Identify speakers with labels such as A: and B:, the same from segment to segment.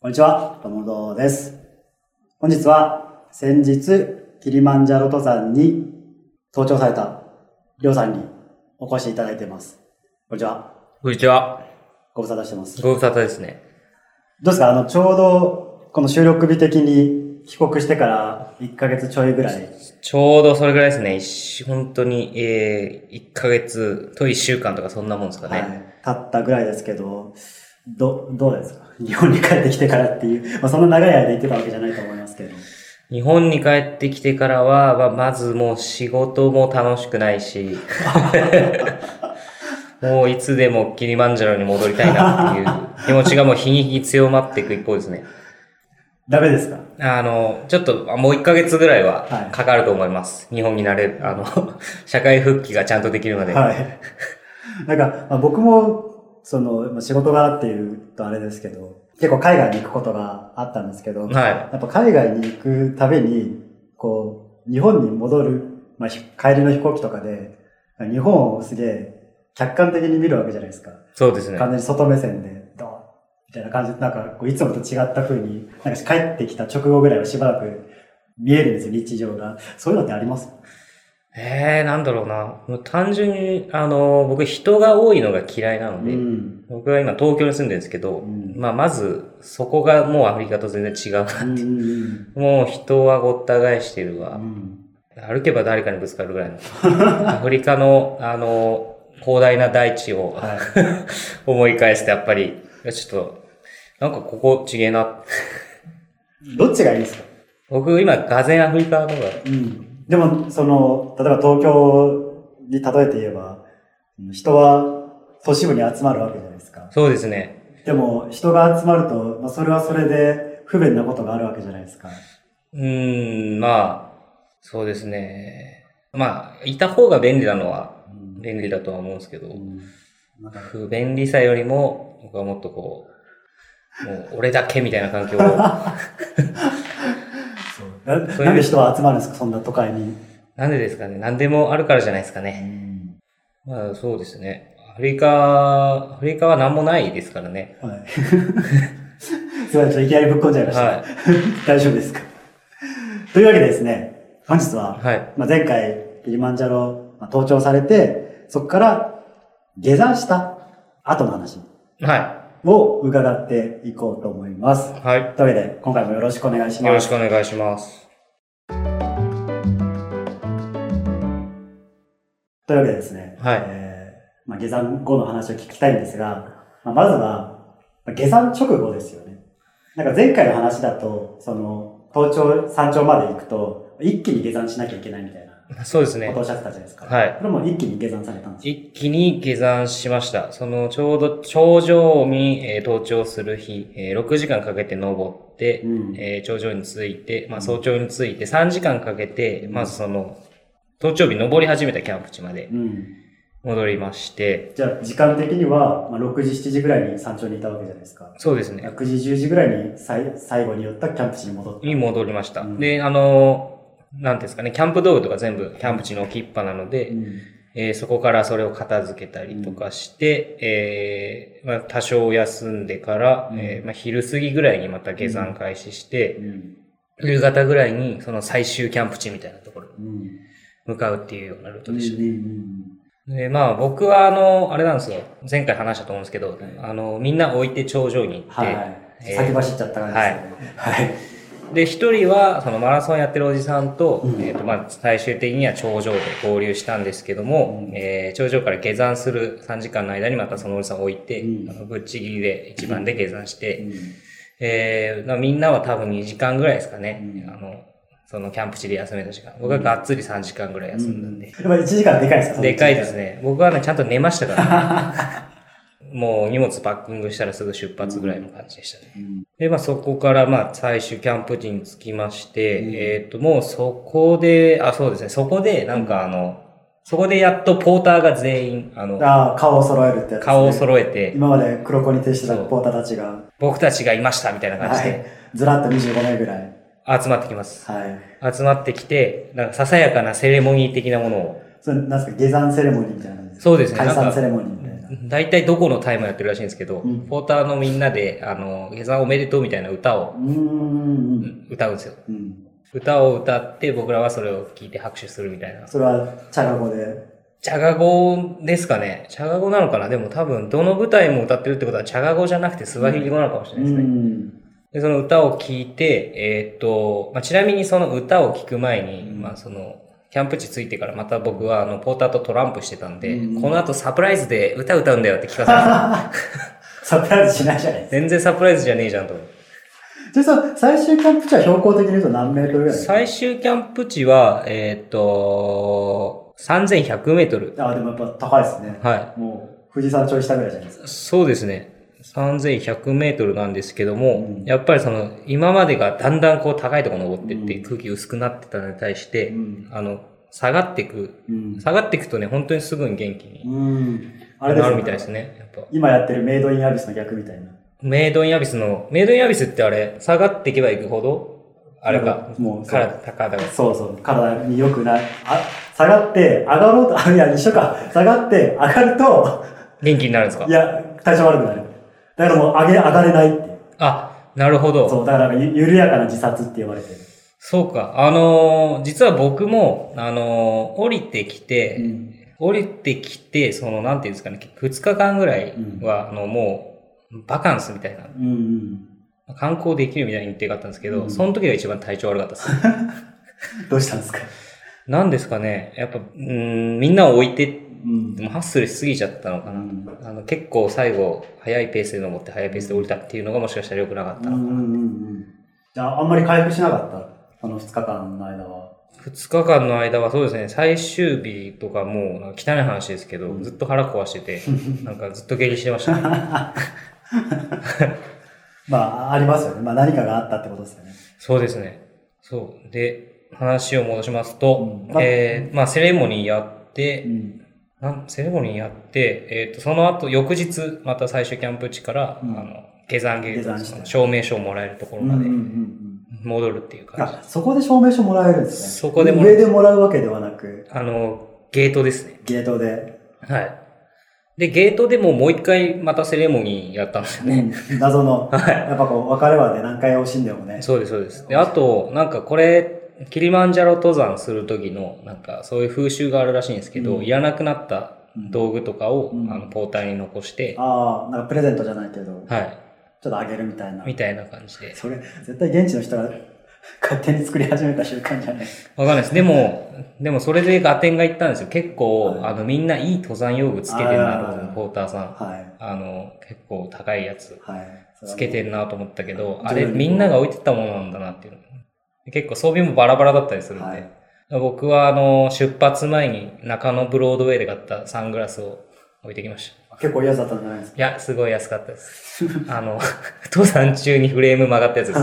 A: こんにちは、ともどうです。本日は先日、キリマンジャロ登山に登頂されたりょうさんにお越しいただいています。こんにちは、
B: こんにちは。
A: ご無沙汰してます。どう
B: ご無沙汰ですね。
A: ですかあの、ちょうどこの収録日的に帰国してから1ヶ月ちょいぐらい。
B: ちょうどそれぐらいですね一。本当に、えー、1ヶ月と1週間とかそんなもんですかね。
A: はい、経ったぐらいですけど、ど、どうですか日本に帰ってきてからっていう、まあ、そんな長い間行ってたわけじゃないと思いますけど。
B: 日本に帰ってきてからは、まあまずもう仕事も楽しくない し、もういつでもキリマンジャロに戻りたいなっていう気持ちがもう日に日に強まっていく一方ですね。
A: ダメですか
B: あの、ちょっとあもう1ヶ月ぐらい
A: は
B: はいかかると思います。日本になれる、あ の、社会復帰がちゃんとできるまで。
A: はい。なんか、まあ、僕も、その、まあ仕事がっていうとあれですけど、結構海外に行くことがあったんですけど、や
B: はい。
A: っぱ海外に行くたびに、こう、日本に戻る、まあ、ひ帰りの飛行機とかで、日本をすげえ客観的に見るわけじゃないですか。
B: そうですね。
A: 完全に外目線で、ドンみたいな感じで、なんか、こういつもと違った風に、なんか帰ってきた直後ぐらいはしばらく見えるんですよ、日常が。そういうのってあります
B: ええなんだろうな。もう単純に、あの、僕人が多いのが嫌いなので、
A: ん。
B: 僕は今東京に住んでるんですけど、
A: うん
B: まあまず、そこがもうアフリカと全然 違うなって。
A: うんうん
B: もう人はごった返してるわ
A: う。ん。
B: 歩けば誰かにぶつかるぐらい の。アフリカの、あの、広大な大地を
A: はい。
B: 思い返して、やっぱり、いやちょっと、なんかここちげえな。
A: どっちがいいですか
B: 僕今、がぜんアフリカの方が、
A: うん。でも、その、例えば東京に例えて言えば、人は都市部に集まるわけじゃないですか。
B: そうですね。
A: でも、人が集まると、まあ、それはそれで不便なことがあるわけじゃないですか。
B: うーん、まあ、そうですね。まあ、いた方が便利なのは
A: うん
B: 便利だとは思うんですけど、
A: なんか
B: 不便利さよりも、僕はもっとこう、もう俺だけみたいな環境を。
A: そうな
B: そういう
A: なんで人は集まるんですかそんな都会に。
B: なんでですかね何でもあるからじゃないですかね。まあそうですね。アフリカ、アフリカは何もないですからね。
A: はい。 すいません、ちょっといきなりぶっこんじゃいました。
B: は
A: 大丈夫ですかというわけでですね、本日は、
B: はい。
A: まあ、前回、キリマンジャロ、まあ、登頂されて、そこから下山した後の話
B: は
A: を伺っていこうと思います
B: い。。は
A: というわけで、今回もよろしくお願いし
B: い。よ
A: ま
B: ろし
A: す。
B: くお願いします。
A: というわけでですね、
B: はい
A: えーまあ、下山後の話を聞きたいんですが、まあ、まずは、まあ下山直後ですよね。なんか前回の話だと、その、登頂、山頂まで行くと、一気に下山しなきゃいけないみたいな
B: そうです
A: こ
B: ね
A: とを。おっしゃってたじゃないですか。
B: はい。
A: これも一気に下山されたんですよ。
B: 一気に下山しました。その、ちょうど頂上に、えー登頂する日、えー6時間かけて登って、
A: うん
B: えー頂上に着いて、まあ、早朝に着いて3時間かけて、まずその、登頂日登り始めたキャンプ地まで
A: うん。
B: 戻りまして、
A: じゃあ、時間的には、まあ、6時、7時ぐらいに山頂にいたわけじゃないですか。
B: そうですね、
A: 9時、10時ぐらいにさい最後に寄ったキャンプ地に戻って。
B: に戻りました。
A: うん
B: で、あのー、なんていうんですかね、キャンプ道具とか全部キャンプ地の置きっぱなので、えーそこからそれを片付けたりとかして、えーまあ、多少休んでから、
A: うん
B: えーまあ、昼過ぎぐらいにまた下山開始して、
A: うん
B: 夕方ぐらいにその最終キャンプ地みたいなところに
A: うん
B: 向かうっていうようなルート
A: うん
B: でした。
A: うん
B: で、まあ僕はあの、あれなんですよ。前回話したと思うんですけど、
A: い
B: あの、みんな置いて頂上に行って、
A: はい。
B: えー
A: 先走っちゃった感じですね。はい。
B: で、一人はそのマラソンやってるおじさんと、
A: うん
B: えっ、とまあ最終的には頂上で合流したんですけども、
A: うん
B: えー頂上から下山する3時間の間にまたそのおじさんを置いて、
A: うん
B: あのぶっちぎりで一番で下山して、
A: うん
B: えーまあみんなは多分2時間ぐらいですかね。
A: うん
B: あの、そのキャンプ地で休めた時間。僕はがっつり3時間ぐらい休んだんで。
A: やっぱ1時間でかいですか。
B: でかいですすね。僕はね、ちゃんと寝ましたから、 もう荷物パッキングしたらすぐ出発ぐらいの感じでしたね。
A: うん
B: で、まあそこからまあ最終キャンプ地に着きまして、
A: うん
B: えっ、と、もうそこで、あ、そうですね、そこでなんかあの、そこでやっとポーターが全員、あの、
A: ああ、顔を揃えるってやつ、ね。
B: 顔を揃え
A: え
B: て、
A: 今まで黒子に徹してたポーターたちが、
B: 僕たちがいましたみたいな感じ
A: はい
B: で。
A: ずらっと25名ぐらい。
B: 集まってきます。
A: はい。
B: 集まってきて、なんかささやかなセレモニー的なものを、
A: それ、なんですか、下山セレモニーみたいな感じですか
B: そうですね
A: 解
B: なん
A: 散
B: か
A: セレモニーみたいな。
B: 大体どこのタイもやってるらしいんですけど、
A: うん
B: ポーターのみんなで、あの、下山おめでとうみたいな歌を
A: うんうんうん。
B: 歌うんですよ。
A: うん。
B: 歌を歌って僕らはそれを聞いて拍手するみたいな。
A: それは、チャラ語で。
B: チャガ語ですかね。チャガ語なのかなでも多分、どの舞台も歌ってるってことは、チャガ語じゃなくてスワヒリ語なのかもしれないですね。
A: ん。
B: で、その歌を聴いて、えーっと、まあ、ちなみにその歌を聴く前に、
A: うん
B: まあ、その、キャンプ地着いてからまた僕はあの、ポーターとトランプしてたんで、
A: うん
B: この後サプライズで歌歌うんだよって聞かされて、
A: サプライズしないじゃない ですか。
B: 全然サプライズじゃねえじゃんと思って。
A: じゃあその最終キャンプ地は標高的に言うと何メートルぐらいですか
B: 最終キャンプ地は、えーっと、3100メートル。
A: あ、でもやっぱ高いですね。
B: は
A: もう、富士山頂下ぐらいじゃないですか。
B: い。そうですね。3100メートルなんですけども、
A: うん
B: やっぱりその、今までがだんだんこう高いところ登ってって、
A: うん
B: 空気薄くなってたのに対して、
A: うん
B: あの、下がっていく
A: うん。
B: 下がっていくとね、本当にすぐに元気に
A: うん。あ
B: な
A: れです
B: る
A: よ
B: みたいですね。やっぱ。
A: 今やってるメイドインアビスの逆みたいな。
B: メイドインアビスの、メイドインアビスってあれ、下がっていけばいくほど、あれか、
A: もう、
B: から、高々が。
A: そうそう、体に良くない。あ、下がって、上がろうと、あ、いや、一緒か。下がって、上がると、
B: 元気になるんですか
A: いや、体調悪くなる。だからもう、上げ、上がれないっていう。
B: あ、なるほど。そう
A: そう、だからなんかゆ、緩やかな自殺って言われてる。
B: か。あのー実は僕も、あのー降りてきて、
A: うん。
B: 降りてきて、その、なんていうんですかね、2日間ぐらいは、あの、もう、バカンスみたいな、
A: うんうん。
B: 観光できるみたいな日程があったんですけど、
A: うん
B: その時が一番体調悪かったです。
A: どうしたんですか
B: なんですかね、やっぱ、うーん、みんなを置いてっ
A: うん
B: でもハッスルしすぎちゃったのかな。
A: ん。
B: あの結構最後、早いペースで登って、早いペースで降りたっていうのがもしかしたら良くなかった
A: う
B: の
A: ん
B: か
A: う
B: な。
A: んうんうん。じゃあ、あんまり回復しなかった。その2日間の間は。
B: 2日間の間はそうですね、最終日とかもう、なんか汚い話ですけど、ずっと腹壊してて、なんかずっと下痢してました、ね。
A: まあ、ありますよね。まあ、何かがあったってことですよね。
B: そうですね。そう。で、話を戻しますと、
A: うん
B: えー、まあセレモニーやって、
A: ん。
B: なんセレモニーやって、えー、とその後翌日また最終キャンプ地から、
A: うん
B: あの下山ゲー
A: 下
B: ト
A: 山して
B: その証明書をもらえるところ
A: うんう
B: ま
A: んう
B: で
A: ん。
B: 戻るっていう感じ、
A: あ、そこで証明書もらえるんですね。
B: そこでもら
A: 上でもらうわけではなく、
B: あの、ゲートですね。
A: ゲートで。
B: はい。で、ゲートでももう一回またセレモニーやったんですよね。
A: うん謎の、やっぱこう、別れはね、何回惜しんでもね。
B: そうです、そうです。で、あと、なんかこれ、キリマンジャロ登山する時の、なんかそういう風習があるらしいんですけど、
A: うん
B: いらなくなった道具とかを、
A: うん
B: あの、ポーターに残して、
A: ああ、なんかプレゼントじゃないけど、ちょっ
B: はい。
A: とあげるみたいな。
B: みたいな感じで。
A: それ、絶対現地の人が勝手に作り始めた習慣じゃない。
B: わかんないです。でも、でもそれでガテンが行ったんですよ。結構、
A: はい
B: あの、みんないい登山用具つけてるなと思って
A: あー
B: ポーターさん。
A: はい。
B: あの、結構高いやつ。
A: はい。
B: つけてんなと思ったけど、
A: うん
B: あれ
A: 自分
B: みんなが置いてたものなんだなっていうの。結構装備もバラバラだったりするんで。
A: はい
B: 僕はあの、出発前に中野ブロードウェイで買ったサングラスを置いてきました。
A: 結構嫌だったんじゃないですか。
B: いや、すごい安かったです。 あの、登山中にフレーム曲がったやつです。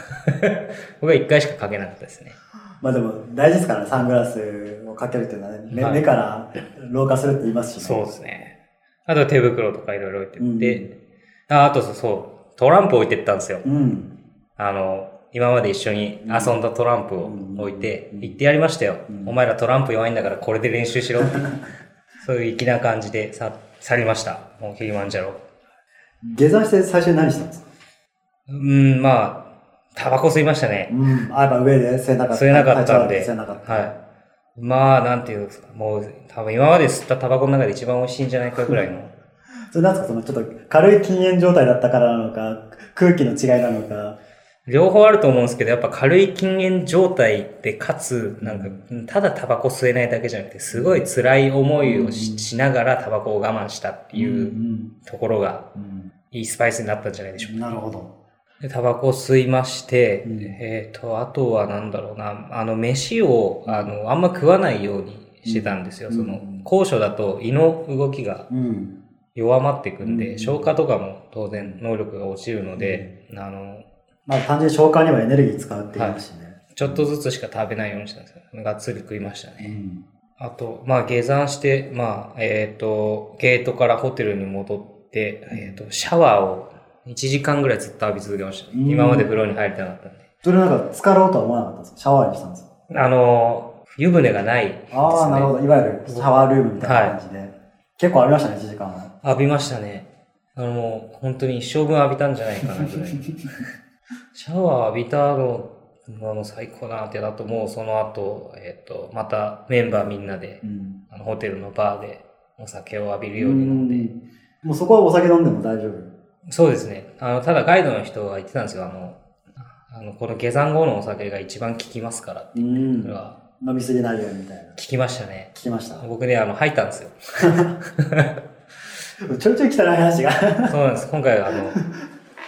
B: 僕は一回しかかけなかったですね。
A: まあでも、大事ですからね、サングラスをかけるっていうのはね、目,、
B: はい
A: 目から老化するって言いますしね。
B: そうですね。あと手袋とかいろいろ置いてって、
A: う
B: ああとそうそう、トランプ置いてったんですよ。
A: うん。
B: あの、今まで一緒に遊んだトランプを置いて
A: う、ん
B: 行ってやりましたよ
A: う。ん
B: お前らトランプ弱いんだからこれで練習しろって。そういう粋な感じで去去りました。もうキリマンジャロ。
A: 下山して最初に何したんですか
B: うん、まあ、タバコ吸いましたね。
A: うん。あ、やっぱ上で吸えなかった。
B: 吸えなかったんで。
A: 体調悪くて吸えなかった。
B: はい。まあ、なんていうんですか。もう、多分今まで吸ったタバコの中で一番美味しいんじゃないかぐら いの。
A: それなんですかそのちょっと軽い禁煙状態だったからなのか、空気の違いなのか。
B: 両方あると思うんですけど、やっぱ軽い禁煙状態で、かつ、なんか、ただタバコ吸えないだけじゃなくて、すごい辛い思いをししながらタバコを我慢したっていうところが、
A: うん
B: いいスパイスになったんじゃないでしょうか。
A: なるほど。
B: でタバコを吸いまして、
A: うん
B: えっ、と、あとはなんだろうな、あの、飯を、あの、あんま食わないようにしてたんですよ。
A: うん
B: その、高所だと胃の動きが
A: うん。
B: 弱まっていくんで、
A: うん
B: 消化とかも当然能力が落ちるので、あの、
A: まあ単純に消化にはエネルギー使うって言いますしね。
B: ちょっとずつしか食べないようにしたんですよ。がっつり食いましたね。
A: うん
B: あと、まあ、下山して、まあ、えっ、と、ゲートからホテルに戻って、えっ、と、シャワーを1時間ぐらいずっと浴び続けましたね、
A: うん
B: 今まで風呂に入りたかったんで。
A: それなんか浸かろうとは思わなかったんですかシャワーにしたんですか
B: あの、湯船がないですね。
A: ああ、なるほど。いわゆるシャワールームみたいな感じで。結構ありましたね、1時間は。
B: 浴びましたね。あの、もう本当に一生分浴びたんじゃないかなぐらい。シャワー浴びたのがもう最高だなってなと、もうその後、えっ、と、またメンバーみんなで、
A: うん
B: あのホテルのバーでお酒を浴びるように飲んで、
A: うんもうそこはお酒飲んでも大丈夫。
B: そうですね。あの、ただガイドの人が言ってたんですよ。あの、あのこの下山後のお酒が一番効きますからって。
A: う
B: そ
A: ん。
B: れは
A: 飲みすぎないようにみたいな。
B: 効きましたね。
A: 聞きました。
B: 僕ね、あの、吐いたんですよ。
A: ちょいちょい汚い話が。
B: そうなんです。今回は、あの、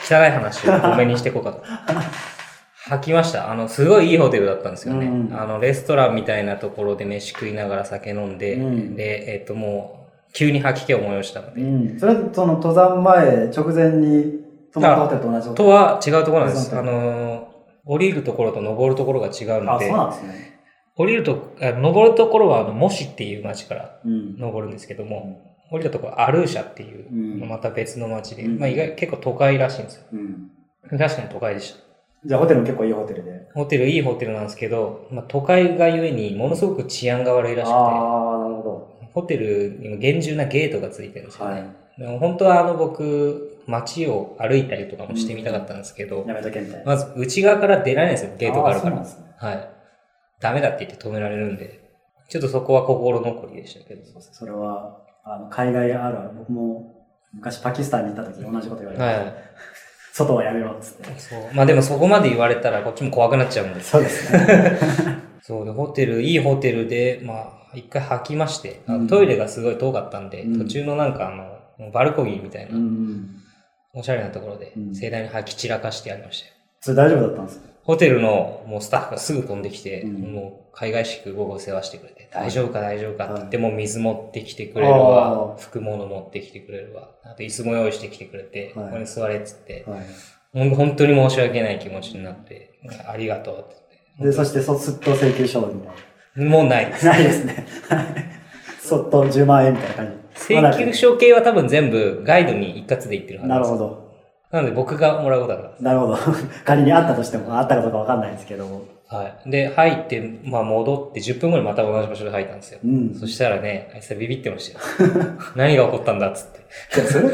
B: 汚い話を多めにしていこうかと。吐きました。あの、すごいいいホテルだったんですよね。
A: うんうん
B: あの、レストランみたいなところで飯食いながら酒飲んで、
A: うん
B: で、えっと、もう、急に吐き気を催したの
A: う
B: で。
A: ん。それはその登山前、直前に泊まったホテルと同じこと
B: は違うところなんで
A: そ
B: す。
A: う
B: あの、降りるところと登るところが違うの
A: あ、そう
B: で、
A: なんですね。
B: 降りると、あ登るところは、あの、モシっていう町から
A: うん。
B: 登るんですけども、降りたところはアルーシャっていう、
A: うん
B: また別の町で、
A: うん
B: まあ意外、結構都会らしいんですよ。
A: うん。
B: 確かに都会でした。
A: じゃあホテルも結構いいホテルで。
B: ホテル、いいホテルなんですけど、まあ、都会がゆえにものすごく治安が悪い
A: あ
B: らし
A: あー、なるほ
B: くて、ホテルにも厳重なゲートがついてるんです
A: ど。
B: よ
A: は
B: ね。
A: い。
B: でも本当はあの僕、街を歩いたりとかもしてみたかったんですけど、
A: やめとけみたいな。
B: まず内側から出られないんですよ、ゲートがあるか
A: ーそうなん
B: ら。
A: ですね。
B: はい。ダメだって言って止められるんで、ちょっとそこは心残りでしたけど。
A: そうですねそれは、あの、海外あるある。僕も昔パキスタンに行った時同じこと言われて、
B: はい。
A: 外はやめろっつって。
B: そう。まあでもそこまで言われたらこっちも怖くなっちゃうんです。
A: そうです ね。
B: そうで、ホテル、いいホテルで、まあ、一回吐きまして、あの
A: うん
B: トイレがすごい遠かったんで、
A: うん
B: 途中のなんかあの、バルコギーみたいな、
A: うん。
B: おしゃれなところで
A: う、ん
B: 盛大に吐き散らかしてやりましたよ。
A: それ大丈夫だったんですか
B: ホテルのもうスタッフがすぐ飛んできて、
A: うん
B: もう海外宿僕を世話してくれて、
A: はい
B: 大丈夫か大丈夫かって言って、もう水持ってきてくれる
A: あ
B: わ
A: ー、
B: 服物持ってきてくれるわ、あと椅子も用意してきてくれて、
A: はい
B: ここに座れっつって、
A: はい。
B: ほん本当に申し訳ない気持ちになって、ありがとうって言
A: で、
B: っ
A: そ
B: て
A: して、そっと請求書みたいな。
B: も うないです。
A: ないですね。そっと10万円みたいな感じ。
B: 請求書系は多分全部ガイドに一括で言ってるはず
A: なるほ
B: ど。
A: ど。
B: なので僕がもらうことだか
A: なるほど。仮にあったとしても、あったかどうかわかんないですけども。
B: ら。はい。で、入って、まあ戻って10分後にまた同じ場所で入ったんですよ。
A: うん。
B: そしたらね、あいつはビビってましたよ。 何が起こったんだっつって。
A: いやそれ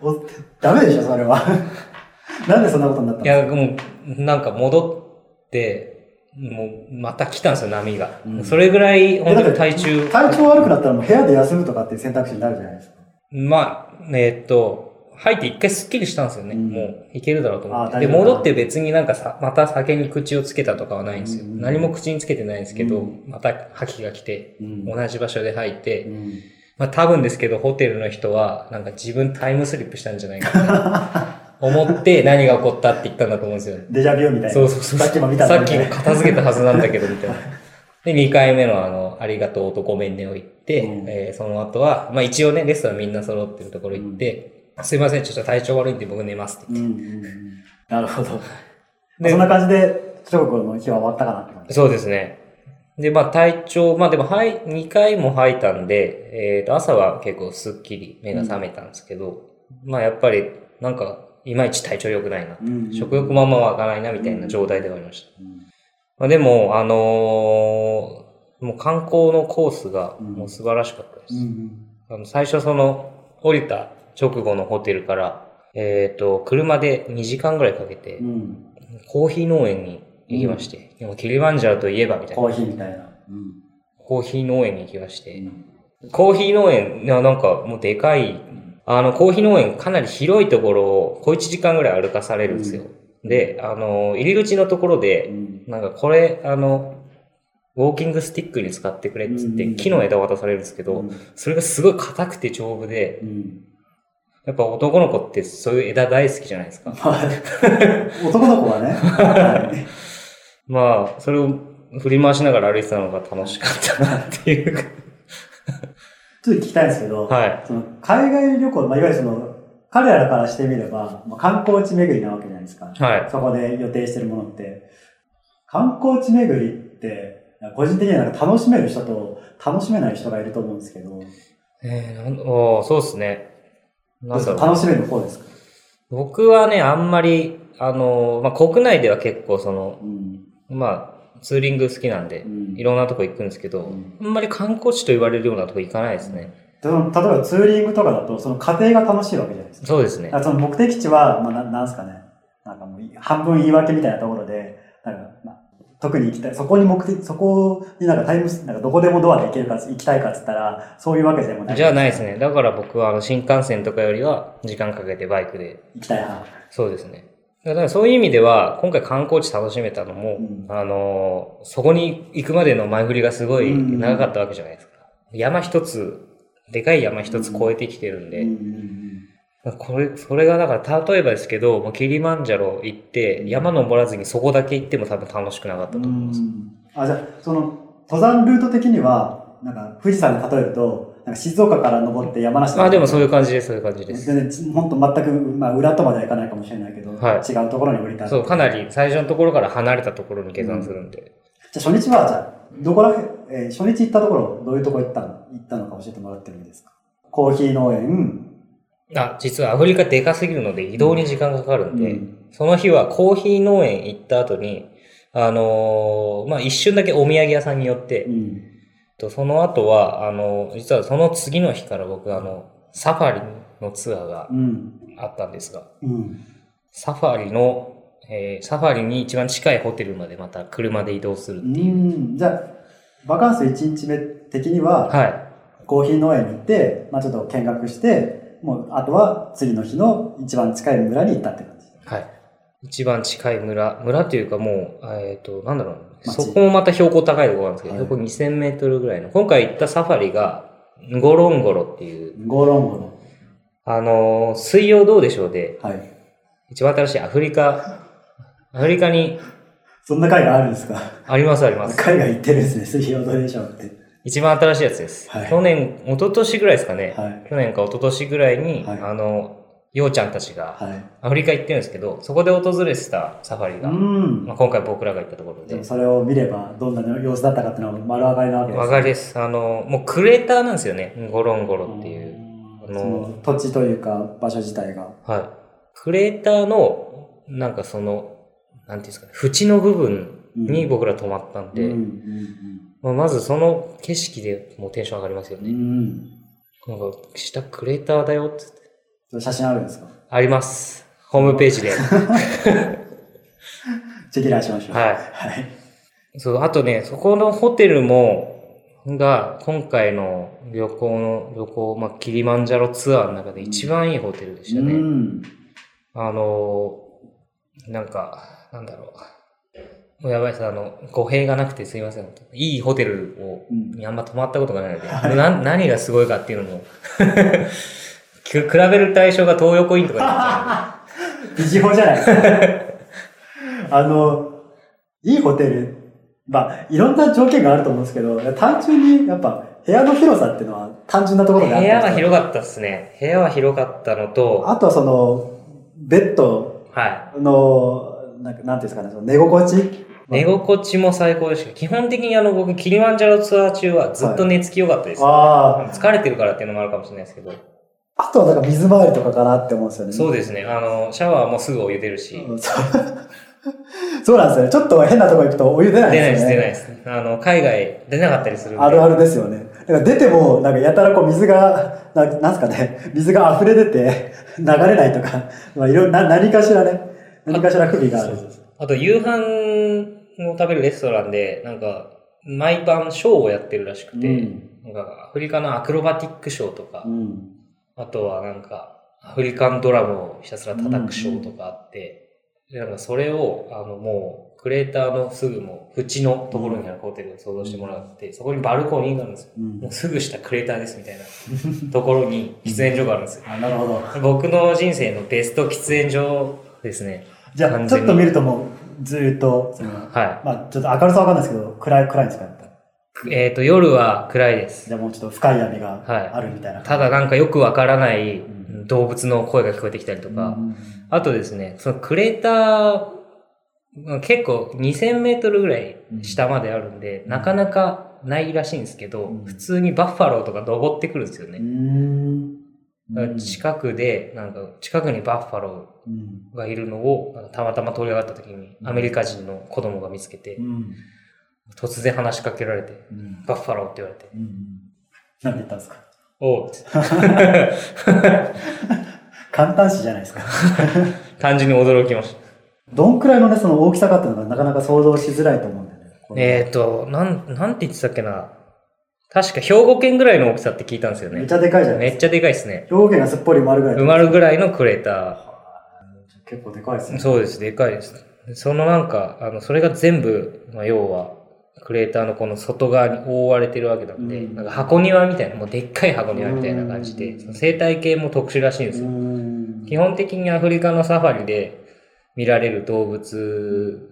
A: おダメでしょ、それは。 なんでそんなことになったん
B: い
A: です
B: や、もう、なんか戻って、もうまた来たんですよ、波が。
A: うん
B: それぐらい、
A: か
B: 本当に体中。
A: か体調悪くなったらもう部屋で休むとかっていう選択肢になるじゃないですか。
B: まあ、えーっと、入って一回スッキリしたんですよね。
A: うん
B: もう、いけるだろうと思っ
A: あ
B: て。
A: ー
B: で、
A: 大丈夫だ
B: 戻って別になんかさ、また酒に口をつけたとかはないんですよ。
A: うん
B: 何も口につけてないんですけど、
A: う
B: また吐きが来て、
A: うん
B: 同じ場所で吐いて、
A: うん
B: まあ多分ですけど、ホテルの人は、なんか自分タイムスリップしたんじゃないかと思って、何が起こったって言ったんだと思うんですよ。
A: デジャビューみたいな。
B: そうそうそう。
A: さっきも見たん
B: さ
A: だ
B: っき
A: けど
B: も片付けたはずなんだけど、みたいな。で、2回目のあの、ありがとうとごめんねを言って、
A: うん
B: えーその後は、まあ一応ね、レストランみんな揃ってるところ行って、すいません、ちょっと体調悪いんで僕寝ますって
A: うんうんうんなるほど。
B: で
A: そんな感じで、中国の日は終わったかなって感じ。
B: そうですね。で、まあ体調、まあでも、はい、2回も吐いたんで、えっ、と、朝は結構すっきり目が覚めたんですけど、まあやっぱり、なんか、いまいち体調良くないな。
A: うんうん
B: 食欲もあんま湧かないな、みたいな状態ではありました。
A: うん
B: まあ、でも、あのーもう観光のコースがもう素晴らしかったで
A: うん
B: す。
A: うん
B: あの最初その、降りた直後のホテルから、えっ、と、車で2時間ぐらいかけて
A: う、ん。
B: コーヒー農園に行きまして、でもキリマンジャロといえばみたい
A: コ
B: な、
A: ーヒーみたいな。うん
B: コーヒー農園に行きまして、
A: う
B: コーヒー農園、ななんかもうでかい、あの、コーヒー農園かなり広いところを小1時間ぐらい歩かされるんですよ。で、あの、入り口のところで、
A: ん。
B: なんかこれ、あの、ウォーキングスティックに使ってくれっつっ
A: うんうんう
B: て、
A: ん
B: 木の枝を渡されるんですけど、それがすごい硬くて丈夫で、
A: うん。
B: やっぱ男の子ってそういう枝大好きじゃないですか。
A: はい男の子はね。はい
B: まあ、それを振り回しながら歩いてたのが楽しかったなっていう か。
A: ちょっと聞きたいんですけど、
B: はい。
A: その海外旅行、まあ、いわゆるその、彼らからしてみれば、まあ、観光地巡りなわけじゃないですか。
B: はい。
A: そこで予定してるものって。観光地巡りって、個人的にはなんか楽しめる人と楽しめない人がいると思うんですけど、
B: えー、なんおーそうですね。なんだろう。
A: 楽しめる方ですか
B: 僕はね、あんまり、あの、まあ国内では結構その、
A: うん。
B: まあ、ツーリング好きなんで
A: う、ん
B: いろんなとこ行くんですけど、
A: うん
B: あんまり観光地と言われるようなとこ行かないですね。
A: その例えばツーリングとかだと、その過程が楽しいわけじゃないですか。
B: そうですね
A: だか。らその目的地は、まあ、ななんすかね、なんかもうい半分言い訳みたいなところで、なんかまあ、特に行きたい、そこに目的、そこになんかタイムス、なんかどこでもドアで行けるか、行きたいかっつったら、そういうわけでもない。
B: じゃあないですね。だから僕はあの新幹線とかよりは時間かけてバイクで。
A: 行きたい派。
B: そうですね。だからそういう意味では、今回観光地楽しめたのも、
A: うん
B: あのー、そこに行くまでの前振りがすごい
A: うん
B: 長かったわけじゃないですか。山一つ、でかい山一つ越えてきてるんで、
A: うんうん
B: これ、それがだから例えばですけど、もうキリマンジャロ行って、山登らずにそこだけ行っても多分楽しくなかったと
A: うん
B: 思います。
A: あ、じゃあ、その、登山ルート的には、なんか富士山に例えると、なんか静岡から登って山梨
B: あ、でもそう
A: う
B: いう感じです、そういう感じです。
A: 全然、ほんと全く、まあ、裏とまではいかないかもしれないけど、
B: はい
A: 違うところに降りたい
B: そう、かなり最初のところから離れたところに下山するんで。
A: じゃあ初日は、じゃあ、どこらへん、えー初日行ったところ、どういうとこ行ったの、行ったのか教えてもらってるんですかコーヒー農園、
B: あ、実はアフリカでかすぎるので移動に時間がかかるんで、
A: うん
B: その日はコーヒー農園行った後に、あのーまあ、一瞬だけお土産屋さんに寄って、
A: うん。
B: とその後は、あのー実はその次の日から僕、あの、サファリのツアーが
A: うん。
B: あったんですが、
A: うん。
B: サファリの、えーサファリに一番近いホテルまでまた車で移動する
A: う
B: っていう。
A: ん。じゃあ、バカンス1日目的には、
B: はい。
A: コーヒー農園に行って、まあちょっと見学して、もう、あとは次の日の一番近い村に行ったって感じ。
B: はい。一番近い村、村というかもう、えっ、と、なんだろう、
A: 町
B: そこもまた標高高いところなんですけど、
A: はい
B: 標高2000メートルぐらいの、今回行ったサファリが、ゴロンゴロっていう、
A: ゴロンゴロ。
B: あのー水曜どうでしょうで、
A: はい。
B: 一番新しいアフリカ、アフリカに、
A: そんな会があるんですか
B: ありますあります。
A: 海外行ってるんですね、水曜どうでしょうって。
B: 一番新しいやつです。
A: はい
B: 去年、一昨年ぐらいですかね。
A: はい。
B: 去年か一昨年ぐらいに、
A: はい
B: あの、ようちゃんたちが
A: はい。
B: アフリカ行ってるんですけど、そこで訪れてたサファリ
A: う
B: が、
A: ん
B: ま。あ、今回僕らが行ったところ
A: で
B: で
A: も、それを見れば、どんな様子だったかっていうのは丸上がりなわけですね
B: わかりです。あの、もうクレーターなんですよね。ゴロンゴロっていう。
A: う
B: あ
A: ん
B: の
A: その土地というか場所自体が。
B: はい。クレーターの、なんかその、なんていうんですかね、縁の部分に僕ら泊まったんで、
A: うんうん
B: まあ、まずその景色でもうテンション上がりますよ
A: うん
B: ね。なんか、下クレーターだよって言って
A: うん写真あるんですか
B: あります。ホームページで。
A: チェキラーしましょう。
B: はい
A: はい。
B: そう、あとね、そこのホテルも、が、今回の旅行の、旅行、まあ、キリマンジャロツアーの中で一番いいホテルでしたね。
A: うん
B: あのーなんか、なんだろう。もうやばいです。あの、語弊がなくてすいません。いいホテルを、
A: うん
B: にあんま泊まったことがないので、な何がすごいかっていうのも、 き比べる対象が東横インとかになっ
A: ビジホじゃないですか。 あの、いいホテル、まあ、いろんな条件があると思うんですけど、単純にやっぱ部屋の広さっていうのは単純なところ
B: ち
A: で
B: ゃ
A: あ
B: う。
A: っ
B: 部
A: て
B: 屋は広かったですね。部屋は広かったのと、
A: あとはその、ベッド
B: はい。
A: の、なんかなんていうんですかね、その寝心地
B: 寝心地も最高でした。基本的にあの僕、キリマンジャロツアー中はずっと寝つき良かったです。
A: ああ、
B: 疲れてるからっていうのもあるかもしれないですけど。
A: あとはなんか水回りとかかなって思うんですよね。
B: そうですね。あの、シャワーもすぐお湯出るし、
A: うんそうそうなんですよね。ちょっと変なとこ行くとお湯出ない
B: 出ないで、
A: ですすよ
B: 出
A: ね。
B: ないです。あの、海外出なかったりするんで。
A: あるあるですよね。だから出ても、なんかやたらこう水が、ななんすかね、 水が溢れ出て流れないとか、まあいろいろな何かしらね、何かしら不備がある。
B: あと、夕飯を食べるレストランで、なんか、毎晩ショーをやってるらしくて、
A: うん
B: なんか、アフリカのアクロバティックショーとか、
A: うん。
B: あとはなんか、アフリカンドラムをひたすら叩くショーとかあって、でなんかそれを、あの、もう、クレーターのすぐもう、縁のところにあるホテルを想像してもらって、そこにバルコニーがあるんですよ。
A: うん
B: もうすぐ下クレーターですみたいなところに喫煙所があるんですよ。
A: あなるほど。
B: 僕の人生のベスト喫煙所ですね。
A: じゃあ、
B: 完
A: ち
B: 全
A: ょっ
B: に
A: と見るともう、ずーっと、その
B: は
A: まあちょっと明るさわかんないですけど、暗い、暗いんですかやっぱり
B: い。えっ、と、夜は暗いです。
A: じゃあもうちょっと深い闇
B: はい
A: があるみたいな。
B: ただなんかよくわからない
A: ん
B: 動物の声が聞こえてきたりと
A: うん、
B: か、あとですね、そのクレーター、うん結構2000メートルぐらい下まであるんで、
A: うん
B: なかなかないらしいんですけど、
A: うん
B: 普通にバッファローとか登ってくるんですよ
A: う
B: ね。
A: ん。
B: だから近くで、なんか近くにバッファロ
A: うん。
B: ーがいるのを、なんかたまたま通り上がった時に
A: うん
B: アメリカ人の子供が見つけて、
A: うん。
B: 突然話しかけられて、
A: うん
B: バッファローって言われて、
A: うん。何て言ったんですか
B: おう。
A: 簡単詞じゃないですか。
B: 単純に驚きました。
A: どんくらいのね、その大きさかっていうのがなかなか想像しづらいと思うんだよね。これ
B: えっ、ー、と、なん、なんて言ってたっけな。確か兵庫県ぐらいの大きさって聞いたんですよ
A: めっ
B: ね
A: ち。ゃでかいじゃない
B: め
A: で
B: っ
A: す
B: ちゃでかいですね。
A: か。表現がすっぽり埋まるぐらい。
B: 埋まるぐらいのクレータ
A: 結構でかいです
B: ー。
A: ね。
B: そうです、でかいです。そのなんか、あの、それが全部、まあ、要は、クレーターのこの外側に覆われてるわけなんで、
A: うん
B: なんか箱庭みたいな、もうでっかい箱庭みたいな感じ
A: う
B: で、
A: ん
B: その生態系も特殊らしいんですよ
A: うーん
B: 基本的にアフリカのサファリで見られる動物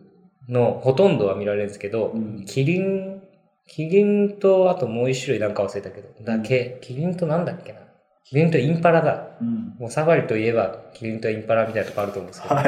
B: のほとんどは見られるんですけど、
A: うん
B: キリン、キリンとあともう一種類なんか忘れたけど、だけ、キリンとなんだっけな。キリンとインパラだ。
A: うん
B: もうサファリといえばキリンとインパラみたいなとこあると思うんですけど、
A: は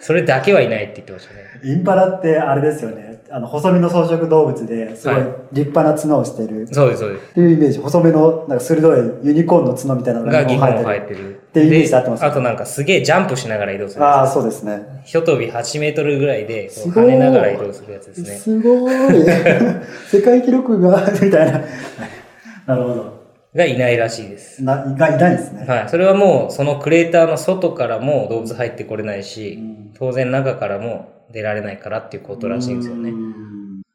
B: それだけはいないって言ってましたね。
A: い。インパラってあれですよね。あの、細身の草食動物ですごい
B: はい
A: 立派な角をしてる
B: そうです、そうです。
A: っていうイメージ。細めの、なんか鋭いユニコーンの角みたいなのが
B: が
A: 2
B: 基
A: 本生
B: 本生
A: え
B: え
A: てる。
B: てる。
A: っていうイメージで合ってます
B: あとなんかすげえジャンプしながら移動する
A: あ
B: や
A: あ、そうですね。
B: つ。ひょとび8メートルぐらいで、こう
A: すごい
B: 跳ねながら移動するやつですね。
A: すご い。世界記録が、 みたいな。なるほど。
B: がいないらしいです。
A: な、意外いないですね。
B: はい、それはもうそのクレーターの外からも動物入ってこれないし、
A: うん
B: 当然中からも出られないからっていうことらしいんですよ
A: う
B: ね。
A: ん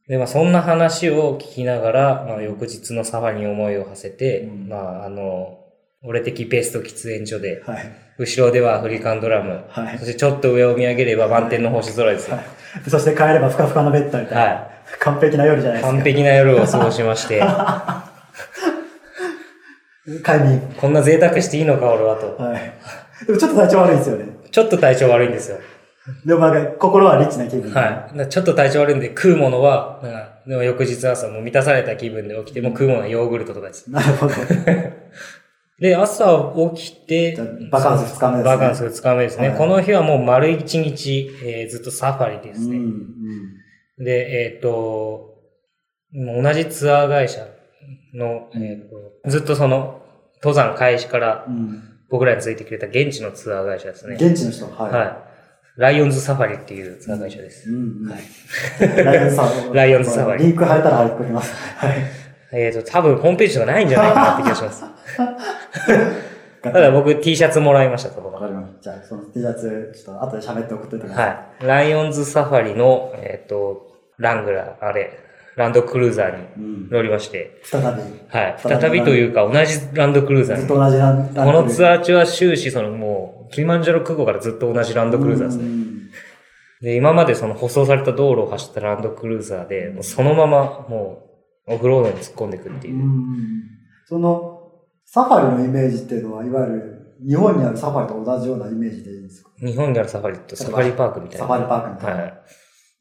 B: で、まあそんな話を聞きながら、まあ翌日のサファリに思いを馳せて、
A: うん
B: まああの、俺的ベスト喫煙所で、
A: はい。
B: 後ろではアフリカンドラム、
A: はい
B: そしてちょっと上を見上げれば満天の星空ですよ。
A: はいそして帰ればふかふかのベッドみたいな、
B: は
A: 完璧な夜じゃないですか。
B: 完璧な夜を過ごしま して、
A: 快眠。
B: こんな贅沢していいのか俺はと。
A: はい。でもちょっと体調悪いんですよね。
B: ちょっと体調悪いんですよ。
A: でもなんか心はリッチな気分。
B: はい。なちょっと体調悪いんで食うものは、なんかでも翌日朝もう満たされた気分で起きて、もう食うものはヨーグルトとかです。
A: なるほど。
B: で、朝起きて
A: じゃあ、バカンス二日目ですね
B: バカンス2日目ですね。
A: はい
B: この日はもう丸1日、えーずっとサファリです
A: うんう
B: ね。
A: ん
B: で、えっ、と、もう同じツアー会社の、
A: うん
B: えーとずっとその、登山開始から
A: うん
B: 僕らについてくれた現地のツアー会社ですね。
A: 現地の人、はい。
B: はい。ライオンズサファリっていうツアー会社です。
A: うんうんライオンズサファリ。
B: ライオンズサファリ
A: リンク貼れたら貼っておきます。はい。
B: えっ、と、多分ホームページとかないんじゃないかなって気がし ます。
A: た
B: ただ僕 T シャツもらいました、そこ
A: わかりました。じゃあ、その T シャツ、ちょっと後で喋って送っといてください。
B: はい。ライオンズサファリの、えっ、と、ラングラー、あれ、ランドクルーザー
A: う
B: に
A: ん。
B: 乗りまして、
A: 再び、
B: はい。
A: 再び
B: 再びというか、同じランドクルーザー
A: ずっ
B: に。
A: と
B: こ
A: 同じラン
B: のツア
A: ー
B: ー中は終始、そのもう、キリマンジャロ空港からずっと同じランドクルーザーですね。
A: ね。
B: で、今までその舗装された道路を走ったランドクルーザーで、もうそのまま、もう、オフロードに突っ込んでいくって
A: う
B: い
A: ん
B: う。
A: うんその、サファリのイメージっていうのは、いわゆる日本にあるサファリと同じようなイメージでいいんですか
B: 日本にあるサファリとサファリパークみたい
A: サ
B: な。
A: ファリパークみたいな
B: はい。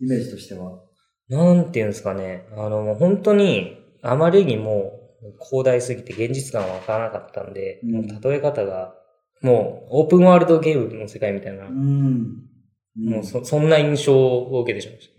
A: イメージとしては。
B: なんていうんですかね。あの、もう本当に、あまりにも広大すぎて現実感はわからなかったんで、
A: うん
B: もう例え方が、もうオープンワールドゲームの世界みたいな、
A: うん。
B: もうそそんな印象を受けてしまいまし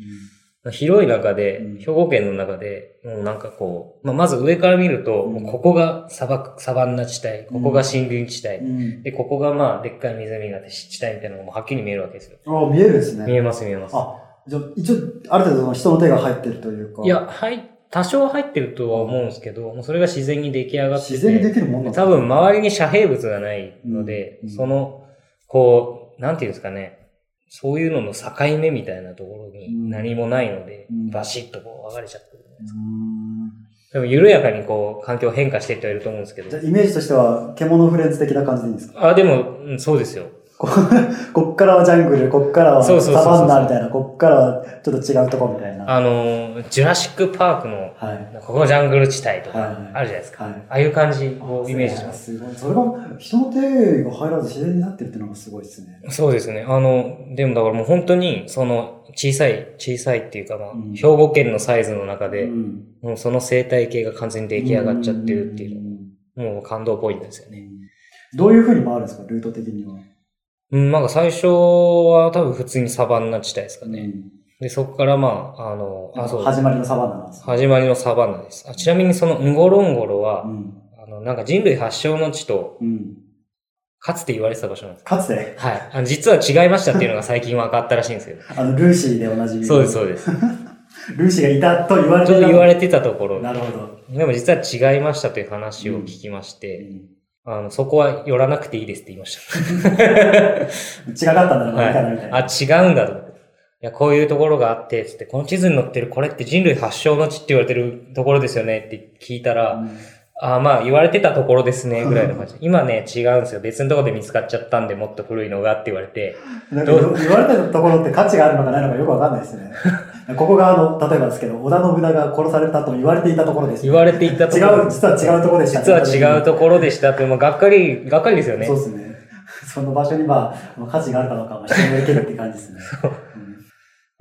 B: た。広い中で
A: うん、
B: 兵庫県の中で、もうなんかこう、まあ、まず上から見ると、
A: うん
B: もうここが砂漠、サバンナ地帯、ここが森林地帯、
A: うん。
B: で、ここがまあ、でっかい湖があって湿地帯みたいなのがもうはっきり見えるわけですよ。
A: ああ、見えるんです
B: 見
A: ね。
B: えます見えます。
A: あ、じゃあ一応、ある程度その人の手が入ってるというか。
B: いや、、はい、多少入ってるとは思うんですけど、もうそれが自然に出来上がってて。
A: 自然にできるもんなんだ
B: 多分周りに遮蔽物がないので、
A: うん
B: その、こう、なんていうんですかね、そういうのの境目みたいなところ
A: うん
B: に何もないので、
A: うん
B: バシッとこう分かれちゃってる。
A: うん
B: でも緩やかにこう、環境変化していってはいると思うんですけ
A: じゃ
B: ど
A: あ、。イメージとしては、獣フレンズ的な感じでいいんですか
B: あ、でも、うんそうですよ。
A: ここっからはジャングル、こっからはサ
B: そうそうそうそう
A: バンナみたいな、こっからはちょっと違うとこみたいな。は
B: あの、ジュラシックパークの、
A: い。
B: ここジャングル地帯と
A: はい
B: か、あるじゃないですか。
A: はい。
B: ああいう感じをイメージしま
A: す
B: す。
A: ごい。それが、人の手が入らず自然になってるっていうのがすごいですね。
B: そうですね。あの、でもだからもう本当に、その、小さい、小さいっていうかまあ、
A: うん
B: 兵庫県のサイズの中で、
A: うん
B: もうその生態系が完全に出来上がっちゃってるっていうのもう感動ポイントですよ
A: う
B: ね。
A: んどういうふうに回るんですか、ルート的には。
B: うん、なんか最初は多分普通にサバンナ地帯ですかね。で、そこからまあ、あの、
A: あ
B: あ、
A: そ
B: そうう、
A: 始まりのサバンナなんですね。
B: 始まりのサバンナです。あちなみにそのンゴロンゴロは、
A: うん
B: あの、なんか人類発祥の地と、
A: うん
B: かつて言われてた場所なんです。
A: かつて、
B: はい。あの実は違いましたっていうのが最近分かったらしいんですよ。
A: あの、ルーシーで同じ。
B: そうです、そうです。
A: ルーシーがいたと言われて
B: と
A: た
B: 言われてたところ
A: なるほど。
B: でも実は違いましたという話を聞きまして、あの、そこは寄らなくていいですって言いました。
A: 違かったんだろう な、いかなみたいな。
B: あ、違うんだと思って。いや、こういうところがあって、つって、この地図に載ってるこれって人類発祥の地って言われてるところですよねって聞いたら、
A: うん
B: ああ、まあ、言われてたところです ね、ぐらいの感じ。今ね、違うんですよ。別のところで見つかっちゃったんで、もっと古いのがって言われて。
A: なんか言われたところって価値があるのかないのかよくわかんないです ね。ここがあの、例えばですけど、織田信長が殺されたと言われていたところです。違
B: 言
A: う、
B: われていたところ。
A: 実は 違うところでした。
B: 実は違うところでしたって、まあ、がっかり、がっかりですよね
A: そ。うですね。その場所にまあ、価値があるかどうかは証明できるって感じですね。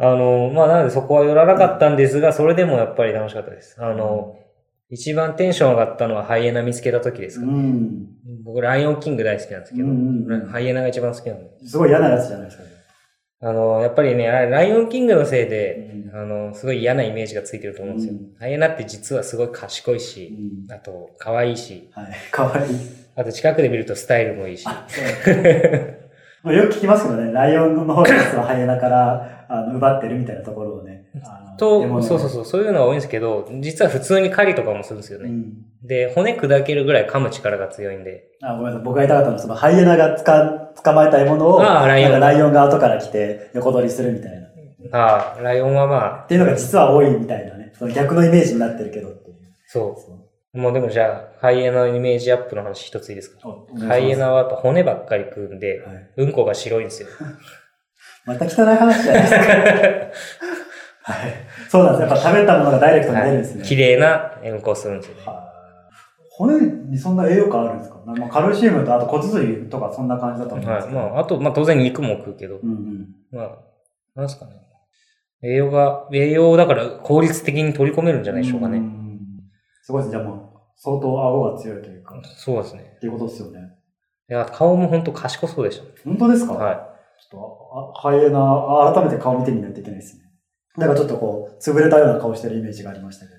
B: あの、まあ、なのでそこは寄らなかったんですが、それでもやっぱり楽しかったです。あの、一番テンション上がったのはハイエナ見つけた時です
A: う
B: か、
A: ん。
B: 僕、ライオンキング大好きなんですけど、
A: うんうんうん
B: ハイエナが一番好きなんで。
A: すごい嫌なやつじゃないですか。
B: あの、やっぱりね、あれライオンキングのせいで、
A: うん
B: あの、すごい嫌なイメージがついてると思うんですよ。
A: うん
B: ハイエナって実はすごい賢いし、あと、可愛いし、
A: はい。かわいい。
B: あと近くで見るとスタイルもいいし。
A: まあよく聞きますけどね、ライオンの方のやつはハイエナからあの奪ってるみたいなところをね。あの
B: と
A: 獲、物をね
B: そうそうそう、そういうのが多いんですけど、実は普通に狩りとかもするんですよね。
A: ん
B: で、骨砕けるぐらい噛む力が強いんで、
A: あごめんなさい、僕が言いたかったのは、そのハイエナがつか捕まえた獲物を、
B: ああライオン
A: なんかライオンが後から来て横取りするみたいな。っ
B: ああ、ライオンはまあ、
A: ていうのが実は多いみたいなね。その逆のイメージになってるけどっていう。
B: そ。
A: そう
B: もうでもじゃあ、ハイエナのイメージアップの話一ついいですか
A: うお願いします
B: ハイエナはやっぱ骨ばっかり食うんで、
A: はい。
B: うんこが白いんですよ。
A: また汚い話じゃないですか。はい。そうなんです。やっぱ食べたものがダイレクトに出るんですね。
B: 綺麗なうんこをするんですよね。
A: はい骨にそんな栄養価あるんですか、まあ、カルシウムとあと骨髄とかそんな感じだと思うんです
B: はい。
A: けど。
B: まあ、あと、まあ当然肉も食うけど
A: う、んうん。
B: まあ、なんですかね。栄養が、栄養をだから効率的に取り込めるんじゃないでしょうか
A: ん
B: ね。
A: ん。すごいですね。じゃあもう、相当顎が強いというか、っ
B: そうですね。
A: ていうことですよね。
B: いや、顔も本当賢そうでし
A: 本当ですか
B: た。は
A: ちょっとあ、あハイエナ、あ改めて顔見てみないといけないですね。なんかちょっとこう、潰れたような顔してるイメージがありましたけど。
B: い。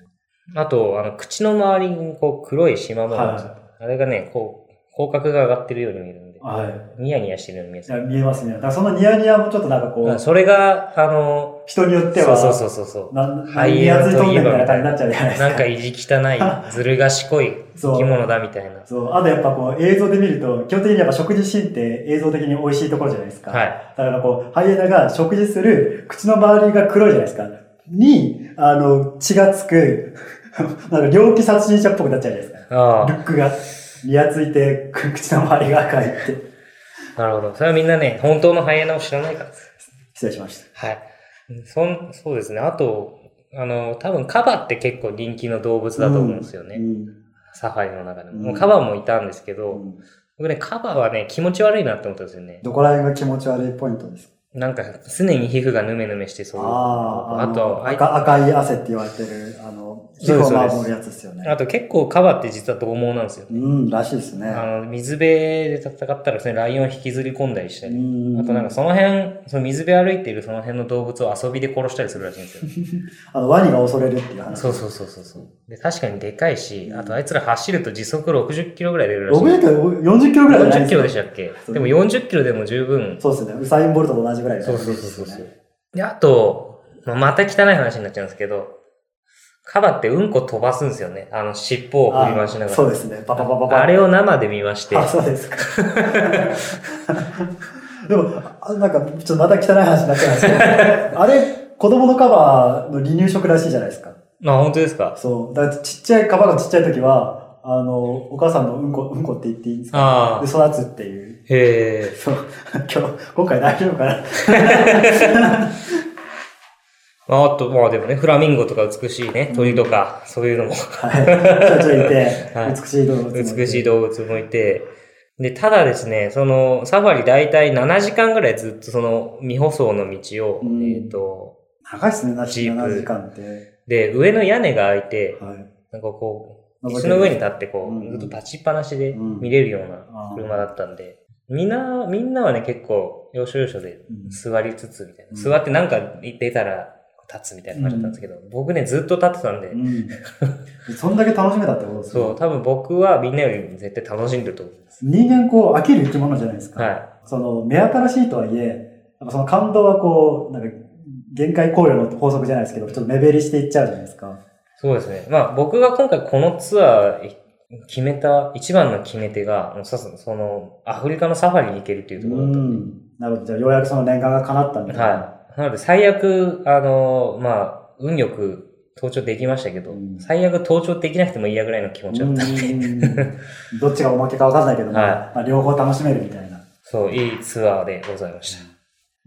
B: あと、あの、口の周りにこう黒い縞もあるんですよ。あれがね、こう、口角が上がってるように見えるんで、
A: はい。はい
B: ニヤニヤしてるように見えるんです
A: いや、見えますね。だからそのニヤニヤもちょっとなんかこ
B: うん
A: う、
B: それが、あの、
A: 人によって
B: そ
A: は、
B: うそうそうそうそう。
A: なん、
B: ハイ
A: ニ
B: エナ
A: ヤつ
B: と
A: い
B: いえ
A: と
B: ば
A: んでみたいな感じになっちゃうじゃないですか。
B: なんか意地汚い、ずる賢い
A: そう
B: 生き物だみたいな。
A: そう。あとやっぱこう映像で見ると、基本的にやっぱ食事シーンって映像的に美味しいところじゃないですか。
B: は
A: だ
B: い。
A: からこう、ハイエナが食事する口の周りが黒いじゃないですか。に、あの、血がつく、 なんか猟奇殺人者っぽくなっちゃうじゃないです
B: あ
A: か。ルックが、にやついて、く口の周りが赤いって。
B: あ、なるほど。それはみんなね、本当のハイエナを知らないからです。
A: 失礼しました。
B: はい。そん、そうですね。あと、あの、多分カバって結構人気の動物だと思うんですよね。
A: うん
B: サファリの中でも。
A: うん
B: もうカバもいたんですけど、
A: うん
B: 僕ね、カバはね、気持ち悪いなって思ったんですよね。
A: どこら辺が気持ち悪いポイントですか
B: なんか、常に皮膚がヌメヌメしてそう。
A: あー
B: あと
A: の
B: あい
A: 赤赤い汗って言われてる、あの、
B: そうです
A: を守るやつですよね。
B: あと結構カバって実は獰猛なんですよ。
A: うん、らしいですね。
B: あの、水辺で戦ったらですね、ライオン引きずり込んだりした
A: う
B: り、
A: ん
B: あとなんかその辺、その水辺歩いているその辺の動物を遊びで殺したりするらしいんですよ。
A: あの、ワニが恐れるっていう話。
B: そうそうそうそうそう。で、確かにでかいし、あとあいつら走ると時速60キロぐらい出るらしい。
A: ロベルト40キロぐらいじゃない
B: 40キロ
A: で
B: ですしたっけ
A: そう
B: でも40キロでも十分。
A: かそうですね。ウサイン・ボルトと同じぐらいの
B: そうそう
A: 感じ
B: そう
A: です
B: そ
A: よね
B: う。で、あと、まあまた汚い話になっちゃうんですけど、カバってうんこ飛ばすんですよね。あの、尻尾を振り回しな
A: あ
B: が
A: そ
B: ら。
A: うですね。パパパパパ。
B: あれを生で見まして、
A: あ、そうですか。でも、あなんか、ちょっとまた汚い話になっちゃうんですけど、あれ、子供のカバーの離乳食らしいじゃないですか。
B: まあ本当ですか
A: そう。だからちっちゃい、カバーがちっちゃい時は、あの、お母さんのうんこ、うんこって言っていいんですか
B: あ
A: で、
B: あ、
A: 育つっていう。
B: へえ。
A: そう。 今日、今回大丈夫かな
B: まあ、あと、まあでもね、フラミンゴとか美しいね、鳥とか、そういうのも、
A: はい。ちょいちょいいて、
B: は
A: 美
B: い
A: しい動物もて
B: 美しい動物もいて、で、ただですね、その、サファリ大体7時間ぐらいずっとその、未舗装の道を、
A: うん
B: えっ、と、
A: 長いですね、なし
B: ジープ
A: 7時間って。
B: で、上の屋根が開いて、
A: はい。
B: なんかこう、
A: 登
B: 椅
A: って
B: 子
A: る
B: の上に立ってこ
A: うん
B: う、ずっと立ちっぱなしで
A: うん
B: 見れるよう
A: あ
B: な
A: ー
B: 車だったんで、みんな、みんなはね、結構、要所要所で
A: うん
B: 座りつつみたいな。
A: うん
B: 座ってなんか出たら立つみたいな感じだったんですけど、僕ね、ずっと立ってたんで、
A: うん。そんだけ楽しめたってことですね
B: そう、多分僕はみんなより絶対楽しんでると思います。
A: 人間こう飽きる生き物じゃないですか。
B: は
A: その目新しいとはいえ、なんかその感動はこう、なんか限界考慮の法則じゃないですけど、ちょっと目減りしていっちゃうじゃないですか。
B: い。そうですね。まあ僕が今回このツアー決めた、一番の決め手が、もうさその、アフリカのサファリに行けるっていうところだったんで
A: ん。なるほど。じゃあ、ようやくその念願が叶ったんだ。
B: はい。なので、最悪、あの、まあ、運よく登頂できましたけど、
A: うん
B: 最悪登頂できなくても嫌ぐらいの気持ちだった。
A: うんどっちがおまけかわかんないけども、
B: はい
A: まあ、両方楽しめるみたいな。
B: そう、いいツアーでございました。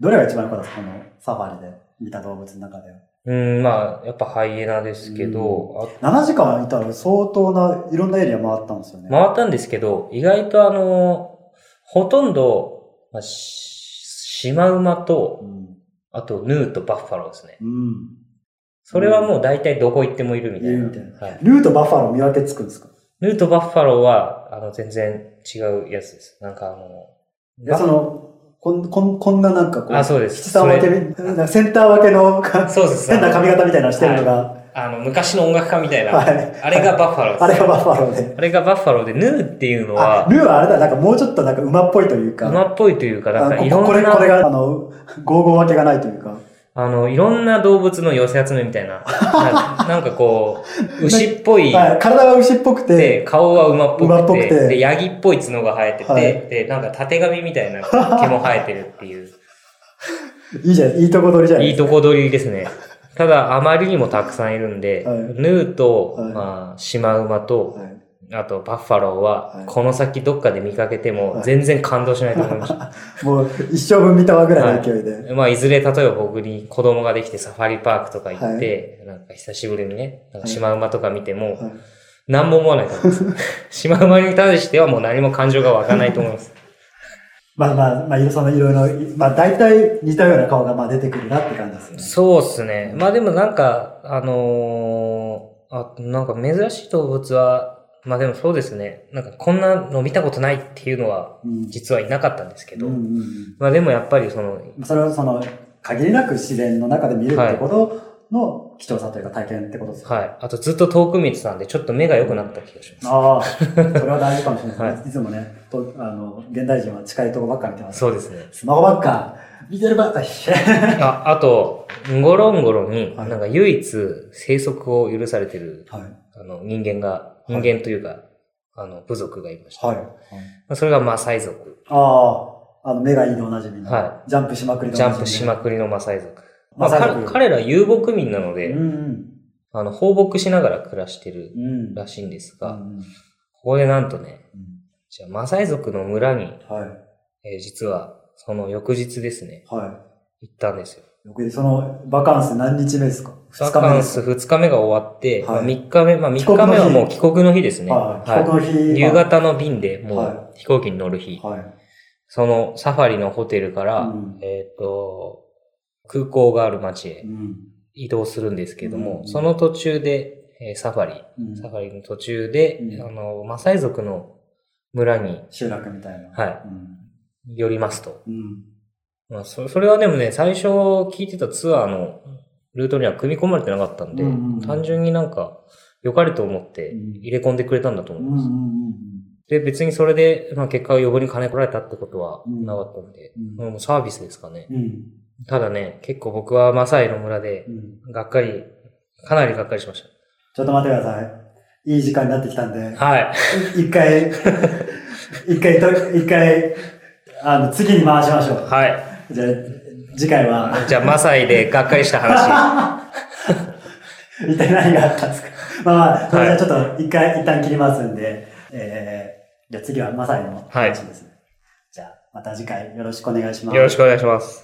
A: どれが一番良かったですかこのサファリで見た動物の中で。
B: うん、まあ、やっぱハイエナですけど、
A: 7時間いたら相当ないろんなエリア回ったんですよね。
B: あ回ったんですけど、意外とあの、ほとんど、まあ、しシマウマ
A: う
B: と、
A: ん。
B: あとヌーとバッファローですね。
A: うん。
B: それはもう大体どこ行ってもいるみたい
A: い
B: な。
A: るみたい
B: はい、
A: ルーとバッファロー見分けつくんですか
B: ヌーとバッファローは、あの、全然違うやつです。なんかあの、
A: いや、その、こん、こん、こんななんかこう、
B: あ、そうです。
A: 七三分けみ、なんかセンター分けのか
B: そうです。
A: 変な髪型みたいなのしてるのが、
B: あの、昔の音楽家みたいな。
A: はい
B: あれがバッファローです。
A: あれがバッファローで。
B: あれがバッファローで、ヌーっていうの
A: あ
B: は、
A: ルーはあれだ、なんかもうちょっとなんか馬っぽいというか、
B: 馬っぽいというか、なん
A: あ
B: か
A: こ
B: いろ
A: これ、
B: ん
A: これ
B: な、
A: が、あの、ゴーゴー分けがないというか、
B: あの、いろんな動物の寄せ集めみた いな。ななんかこう、牛っぽい。
A: はい、体は牛っぽくて、
B: で、顔は馬っぽくて、
A: 馬っぽくて
B: で、ヤギっぽい角が生えてて、
A: はい
B: で、なんか縦髪み たいな毛も生えてるっていう、
A: いいじゃない、いいとこ取りじゃないで
B: いい
A: すか。
B: とこ取りですね。ただ、あまりにもたくさんいるんで、
A: はい
B: ヌーと、
A: はい
B: まあ、シマウマと、
A: はい
B: あと、バッファローは
A: はい、
B: この先どっかで見かけて
A: は
B: も
A: い、
B: 全然感動しないと思いました。
A: もう一生分見たわぐらいの勢いで。
B: まあ、いずれ、例えば僕に子供ができてサファリパークとか行って、なんか久しぶりにね、なんかシマウマとか見ても、
A: はい
B: 何も思わないと思います。 シマウマに対してはもう何も感情が湧かないと思います。
A: まあまあ、まあ、そのいろいろ、まあ大体似たような顔がまあ出てくるなって感じですよね。
B: そうっすね。まあでもなんか、あのーあ、なんか珍しい動物は、まあでもそうですね。なんかこんなの見たことないっていうのは、
A: うん
B: 実はいなかったんですけど、
A: うんうんうん
B: まあでもやっぱりその、
A: まあそれはその、限りなく自然の中で見るってことの貴重さというか体験ってことですよね。
B: はい。あとずっと遠く見てたんで、ちょっと目が良くなった気がします。
A: ああ、それは大事かもしれないですね。い、つもねと、あの、現代人は近いとこばっか見てます。。
B: そうですね
A: スマホばっか、見てるばっかり。
B: あ、あと、ゴロンゴロに、
A: はい
B: なんか唯一生息を許されてる、
A: はい。
B: あの、人間が、
A: い
B: 人間というか、あの、部族がいました。
A: はい。
B: それがマサイ族。
A: ああ、あの、目がいいでおなじみの、
B: は
A: ジャンプしまくりでお
B: ジ
A: な
B: ャ
A: じみ
B: ンプし
A: ま
B: まくりのマサイ族。ま
A: マサ
B: あ、
A: イ
B: か
A: 族
B: 彼ら遊牧民なので、
A: うんうん。
B: あの、放牧しながら暮らしてる
A: うん。
B: らしいんですが、
A: うんうん
B: ここでなんとね、
A: うん
B: じゃあマサイ族の村に、
A: はい。
B: えー実は、その翌日ですね、
A: は
B: 行ったんですよ。
A: い。よくその、バカンス何日目ですか
B: バ
A: 二日目
B: カ
A: で
B: ン
A: す
B: ス
A: か
B: 2日目が終わっ
A: は
B: て、
A: い
B: まあ3日目、まあ3
A: 帰国
B: 日
A: の日
B: 目はもう帰国の日ですね。
A: はい。
B: はい
A: 帰国の日は。
B: 夕方の便でも
A: は
B: う飛行機に乗る日。
A: はい。
B: そのサファリのホテルから、
A: うん
B: えっ、と、空港がある街へ
A: うん。
B: 移動するんですけど
A: う
B: も、
A: ん
B: その途中で、えーサファリ、
A: うん
B: サファリの途中で、
A: うん
B: あの、マサイ族の村に、
A: 集落みたいな。
B: はい、寄りますと。
A: うん。うん。
B: まあ、そそれはでもね、最初聞いてたツアーのルートには組み込まれてなかったんで、
A: うんうんうん
B: 単純になんか、良かれと思って
A: うん
B: 入れ込んでくれたんだと
A: う
B: 思
A: ん
B: い
A: うんう
B: ま
A: ん
B: す。で、別にそれで、まあ、結果、余分に金取られたってことは
A: うん
B: なかったんで、
A: うん
B: もうサービスですかね。
A: うん。うん。
B: ただね、結構僕はマサイの村で
A: う、ん。
B: がっかり、かなりがっかりしまし
A: ちょっと待ってください。いい時間になってきたんで、
B: た。はい。
A: 一 回、一回と、一回、あの、次に回しましょう。
B: は
A: じゃあ、次回は、
B: い。じゃあ、マサイでがっかりした話。
A: 一体何があったんですかまあまあ、それじゃ
B: は
A: あ
B: い
A: ちょっと一回、一旦切りますんで、えー、じゃあ次はマサイの話ですね。じゃあ、また次回よろしくお願いします。
B: よろしくお願いします。